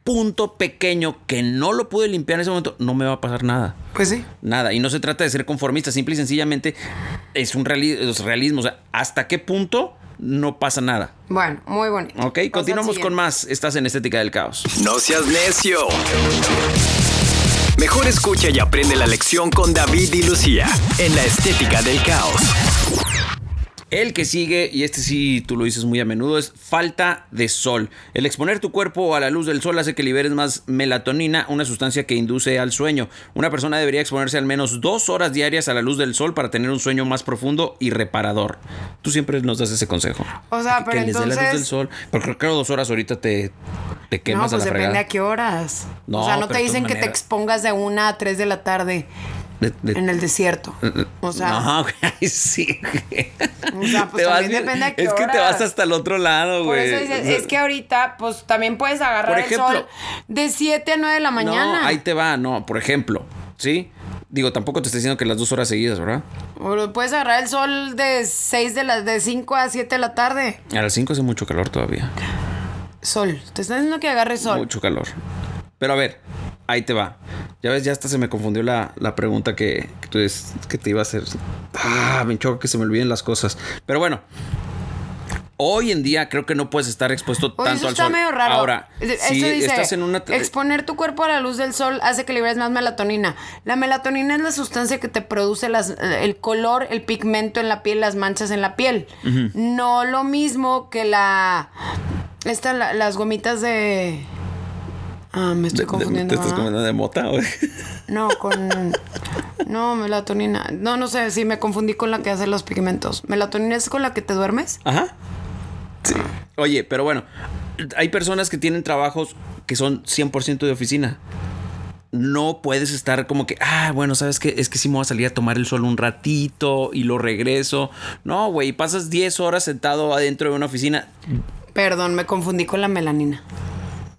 Speaker 1: punto pequeño que no lo pude limpiar en ese momento, no me va a pasar nada.
Speaker 2: Pues sí.
Speaker 1: Nada, y no se trata de ser conformista, simple y sencillamente es un reali- es realismo. O sea, ¿hasta qué punto no pasa nada?
Speaker 2: Bueno, muy bonito.
Speaker 1: Ok, continuamos con más. Estás en Estética del Caos.
Speaker 3: No seas necio. Mejor escucha y aprende la lección con David y Lucía en la estética del caos.
Speaker 1: El que sigue, y este sí tú lo dices muy a menudo, es falta de sol. El exponer tu cuerpo a la luz del sol hace que liberes más melatonina, una sustancia que induce al sueño. Una persona debería exponerse al menos dos horas diarias a la luz del sol para tener un sueño más profundo y reparador. Tú siempre nos das ese consejo.
Speaker 2: O sea,
Speaker 1: Que-
Speaker 2: pero
Speaker 1: que les dé la luz
Speaker 2: entonces-
Speaker 1: del sol. Pero creo que dos horas ahorita te, te
Speaker 2: No,
Speaker 1: quemas
Speaker 2: pues
Speaker 1: a la
Speaker 2: depende
Speaker 1: fregada.
Speaker 2: a qué horas.
Speaker 1: No,
Speaker 2: o sea, no
Speaker 1: pero
Speaker 2: te
Speaker 1: de
Speaker 2: dicen
Speaker 1: todas
Speaker 2: que te
Speaker 1: maneras.
Speaker 2: expongas de una a 3 de la tarde
Speaker 1: De- de-
Speaker 2: en el desierto. O sea,
Speaker 1: No, güey, sí. güey.
Speaker 2: O sea, pues
Speaker 1: Te vas-
Speaker 2: también depende a qué
Speaker 1: Es que te
Speaker 2: horas.
Speaker 1: vas hasta el otro lado,
Speaker 2: por
Speaker 1: güey.
Speaker 2: eso
Speaker 1: O
Speaker 2: dices,
Speaker 1: sea,
Speaker 2: es que ahorita, pues también puedes agarrar
Speaker 1: Por ejemplo-
Speaker 2: el sol de 7 a 9 de la mañana.
Speaker 1: No, ahí te va, no, por ejemplo, ¿sí? Digo, tampoco te estoy diciendo que las dos horas seguidas, ¿verdad?
Speaker 2: O lo puedes agarrar el sol de 6 de la, de 5 a 7 de la tarde.
Speaker 1: A las 5 hace mucho calor todavía.
Speaker 2: Sol. Te están diciendo que agarres sol.
Speaker 1: Mucho calor. Pero a ver, ahí te va. Ya ves, ya hasta se me confundió la, la pregunta que, que, tú des- que te iba a hacer. Ah, me choca que se me olviden las cosas. Pero bueno. Hoy en día creo que no puedes estar expuesto
Speaker 2: Oye,
Speaker 1: tanto
Speaker 2: eso
Speaker 1: al
Speaker 2: está
Speaker 1: sol.
Speaker 2: medio raro.
Speaker 1: Ahora,
Speaker 2: Eh, eso
Speaker 1: si
Speaker 2: dice,
Speaker 1: estás en una
Speaker 2: Exponer tu cuerpo a la luz del sol hace que liberes más melatonina. La melatonina es la sustancia que te produce las, eh, el color, el pigmento en la piel, las manchas en la piel. No lo mismo que la. Esta, la- las gomitas de. Ah, me estoy confundiendo.
Speaker 1: ¿Te estás
Speaker 2: ¿verdad?
Speaker 1: comiendo de mota? güey?
Speaker 2: No, con. No, melatonina. No, no sé, sí, me confundí con la que hace los pigmentos. ¿Melatonina es con la que te duermes?
Speaker 1: Ajá. Sí. Oye, pero bueno, hay personas que tienen trabajos que son 100% de oficina. No puedes estar como que, ah, bueno, sabes que es que sí me voy a salir a tomar el sol un ratito y lo regreso. No, güey, pasas 10 horas sentado adentro de una oficina.
Speaker 2: Perdón, me confundí con la melanina.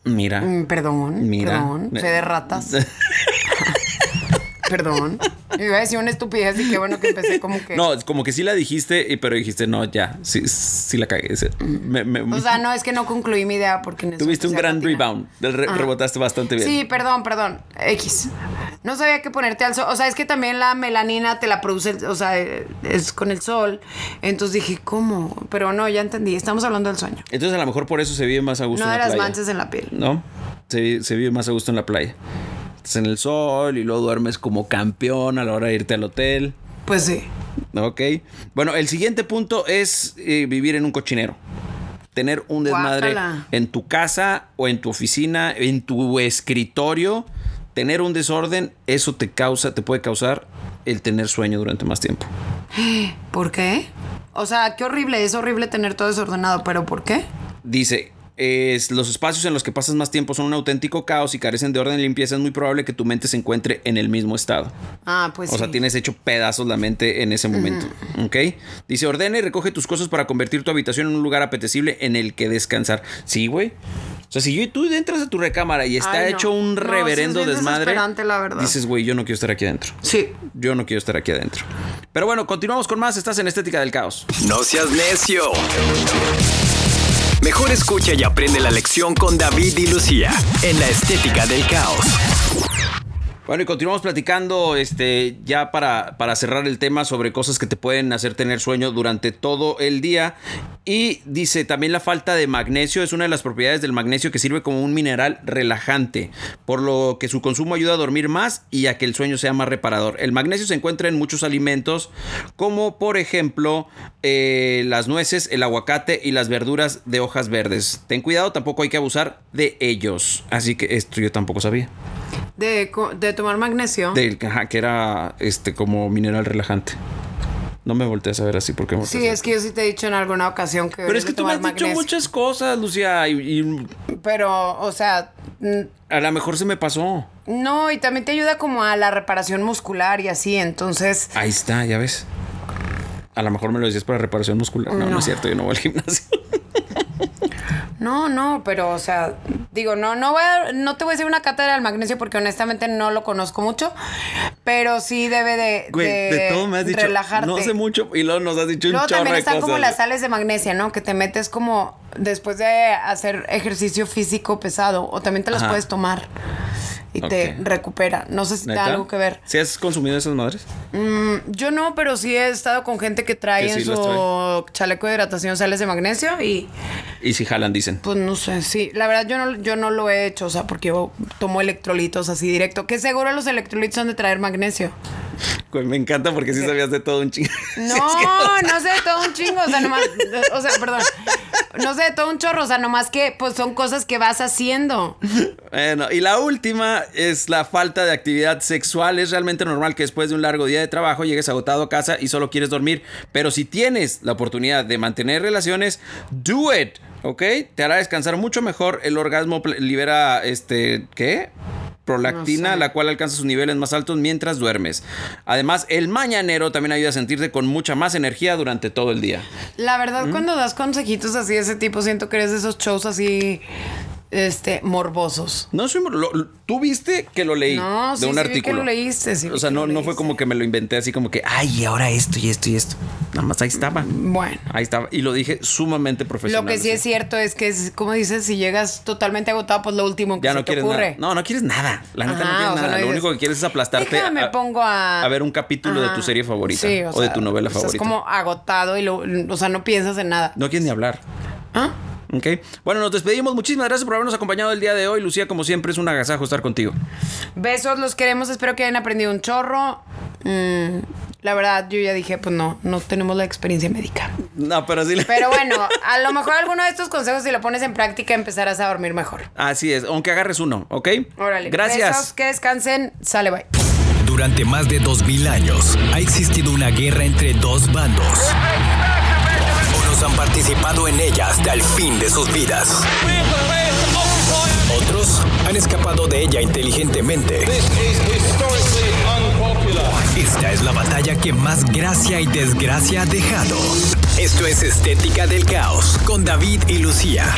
Speaker 1: Mira,
Speaker 2: Mm, Perdón,
Speaker 1: Mira.
Speaker 2: perdón. Fe de ratas. perdón. Iba a decir una estupidez y qué bueno que empecé como que.
Speaker 1: no, es como que sí la dijiste, y- pero dijiste, no, ya, sí, sí la cagué. Se- me- me-
Speaker 2: Mm. O sea, no, es que no concluí mi idea porque en eso
Speaker 1: tuviste un
Speaker 2: empecé a
Speaker 1: gran
Speaker 2: patinar.
Speaker 1: rebound, Del re-
Speaker 2: Ajá.
Speaker 1: rebotaste bastante bien.
Speaker 2: Sí, perdón, perdón. X. No sabía que ponerte al sol. O sea, es que también la melanina te la produce, el- o sea, eh, es con el sol. Entonces dije, ¿cómo? Pero no, ya entendí. Estamos hablando del sueño.
Speaker 1: Entonces a lo mejor por eso se vive más a gusto.
Speaker 2: No
Speaker 1: en
Speaker 2: de
Speaker 1: la
Speaker 2: las
Speaker 1: playa.
Speaker 2: manchas en la piel.
Speaker 1: ¿no? Se, se vive más a gusto en la playa. Estás en el sol y luego duermes como campeón a la hora de irte al hotel.
Speaker 2: Pues sí.
Speaker 1: Ok. Bueno, el siguiente punto es eh, vivir en un cochinero. Tener un desmadre
Speaker 2: Guácala.
Speaker 1: en tu casa o en tu oficina, en tu escritorio. Tener un desorden, eso te causa, te puede causar el tener sueño durante más tiempo.
Speaker 2: ¿Por qué? O sea, qué horrible. Es horrible tener todo desordenado, pero ¿por qué?
Speaker 1: Dice, es, los espacios en los que pasas más tiempo son un auténtico caos y carecen de orden y limpieza. Es muy probable que tu mente se encuentre en el mismo estado.
Speaker 2: Ah, pues
Speaker 1: o sea,
Speaker 2: sí.
Speaker 1: tienes hecho pedazos la mente en ese momento. ¿Ok? Dice, ordena y recoge tus cosas para convertir tu habitación en un lugar apetecible en el que descansar. Sí, güey. O sea, si yo, tú entras a tu recámara y está
Speaker 2: Ay, no.
Speaker 1: hecho un
Speaker 2: No, sí es
Speaker 1: reverendo
Speaker 2: bien
Speaker 1: desmadre,
Speaker 2: desesperante, la verdad.
Speaker 1: dices, güey, yo no quiero estar aquí adentro.
Speaker 2: Sí.
Speaker 1: Yo no quiero estar aquí adentro. Pero bueno, continuamos con más. Estás en Estética del Caos.
Speaker 3: No seas necio. Mejor escucha y aprende la lección con David y Lucía en la estética del caos.
Speaker 1: Bueno, y continuamos platicando, este, ya para, para cerrar el tema sobre cosas que te pueden hacer tener sueño durante todo el día. Y dice también la falta de magnesio es una de las propiedades del magnesio que sirve como un mineral relajante, por lo que su consumo ayuda a dormir más y a que el sueño sea más reparador. El magnesio se encuentra en muchos alimentos, como por ejemplo eh, las nueces, el aguacate y las verduras de hojas verdes. Ten cuidado, tampoco hay que abusar de ellos. Así que esto yo tampoco sabía.
Speaker 2: De, co- de tomar magnesio.
Speaker 1: Del que- ajá, que era este como mineral relajante. No me voltees a ver así porque me
Speaker 2: sí,
Speaker 1: volteas a
Speaker 2: es que yo sí te he dicho en alguna ocasión que.
Speaker 1: ver. Pero es
Speaker 2: deberías
Speaker 1: que
Speaker 2: de
Speaker 1: tú me has
Speaker 2: tomar
Speaker 1: dicho
Speaker 2: magnesio.
Speaker 1: muchas cosas, Lucía, y, y
Speaker 2: Pero, o sea, mm,
Speaker 1: a lo mejor se me pasó.
Speaker 2: no, y también te ayuda como a la reparación muscular y así, entonces.
Speaker 1: Ahí está, ya ves. A lo mejor me lo decías para reparación muscular. No, no,
Speaker 2: No.
Speaker 1: es cierto, yo no voy al gimnasio.
Speaker 2: No, no, pero, o sea, digo, no, no voy a- no te voy a decir una cátedra del magnesio porque honestamente no lo conozco mucho, pero sí debe de, de relajarte.
Speaker 1: No sé mucho y luego nos has dicho
Speaker 2: Luego
Speaker 1: un chorro
Speaker 2: también
Speaker 1: de
Speaker 2: están
Speaker 1: cosas.
Speaker 2: como las sales de magnesia, ¿no? Que te metes como después de hacer ejercicio físico pesado o también te las
Speaker 1: Ajá.
Speaker 2: puedes tomar y te
Speaker 1: Ok.
Speaker 2: recupera. No sé si te da
Speaker 1: ¿Neta?
Speaker 2: algo que ver.
Speaker 1: ¿Sí has consumido esas madres?
Speaker 2: Yo no, pero sí he estado con gente que trae
Speaker 1: Que sí
Speaker 2: en
Speaker 1: las
Speaker 2: su chaleco de hidratación sales de magnesio y
Speaker 1: Y si jalan, dicen.
Speaker 2: pues no sé, sí, la verdad yo no, yo no lo he hecho, o sea, porque yo tomo electrolitos así directo, que seguro los electrolitos han de traer magnesio.
Speaker 1: Pues me encanta porque sí sabías de todo un chingo.
Speaker 2: No, no sé de todo un chingo, o sea, nomás, o sea, perdón, no sé de todo un chorro, o sea, nomás que pues son cosas que vas haciendo.
Speaker 1: Bueno, y la última es la falta de actividad sexual. Es realmente normal que después de un largo día de trabajo llegues agotado a casa y solo quieres dormir. Pero si tienes la oportunidad de mantener relaciones, do it, ¿ok? Te hará descansar mucho mejor. El orgasmo pl- libera, este, ¿qué? prolactina,
Speaker 2: No sé.
Speaker 1: la cual alcanza sus niveles más altos mientras duermes. Además, el mañanero también ayuda a sentirte con mucha más energía durante todo el día.
Speaker 2: La verdad, cuando das consejitos así de ese tipo, siento que eres de esos shows así, este, morbosos.
Speaker 1: No soy mor- lo- lo- tú viste que lo leí
Speaker 2: No,
Speaker 1: de
Speaker 2: sí,
Speaker 1: un
Speaker 2: sí vi que
Speaker 1: artículo.
Speaker 2: lo leíste, sí vi
Speaker 1: o sea,
Speaker 2: que
Speaker 1: no,
Speaker 2: lo
Speaker 1: no fue
Speaker 2: leíste.
Speaker 1: como que me lo inventé así como que, ay, ahora esto y esto y esto. Nada más ahí estaba.
Speaker 2: Bueno.
Speaker 1: Ahí estaba. Y lo dije sumamente profesional.
Speaker 2: Lo que sí es
Speaker 1: así.
Speaker 2: cierto es que, es, como dices, si llegas totalmente agotado, pues lo último que
Speaker 1: Ya
Speaker 2: se
Speaker 1: no
Speaker 2: te
Speaker 1: quieres
Speaker 2: ocurre.
Speaker 1: nada. No, no quieres nada. La neta
Speaker 2: Ajá,
Speaker 1: no
Speaker 2: o
Speaker 1: quieres nada.
Speaker 2: sea, no
Speaker 1: lo
Speaker 2: dices,
Speaker 1: único que quieres es aplastarte.
Speaker 2: "Déjame, pongo a-
Speaker 1: ver un capítulo de tu
Speaker 2: Ajá.
Speaker 1: serie favorita.
Speaker 2: Sí,
Speaker 1: o,
Speaker 2: o
Speaker 1: de
Speaker 2: sea,
Speaker 1: tu novela
Speaker 2: estás
Speaker 1: favorita.
Speaker 2: como agotado y lo, o sea, no piensas en nada.
Speaker 1: No quieres ni hablar.
Speaker 2: ¿Ah?
Speaker 1: Ok. Bueno, nos despedimos. Muchísimas gracias por habernos acompañado el día de hoy. Lucía, como siempre, es un agasajo estar contigo.
Speaker 2: Besos, los queremos. Espero que hayan aprendido un chorro. Mm, la verdad, yo ya dije, pues no, no tenemos la experiencia médica.
Speaker 1: No, pero sí. le-
Speaker 2: Pero bueno, a lo mejor alguno de estos consejos, si lo pones en práctica, empezarás a dormir mejor.
Speaker 1: Así es. Aunque agarres uno, ¿ok?
Speaker 2: Órale.
Speaker 1: Gracias.
Speaker 2: Besos, que descansen. Sale, bye.
Speaker 3: Durante más de 2000 años ha existido una guerra entre dos bandos. Unos han participado en ella hasta el fin de sus vidas. Otros han escapado de ella inteligentemente. Esta es la batalla que más gracia y desgracia ha dejado. Esto es Estética del Caos con David y Lucía.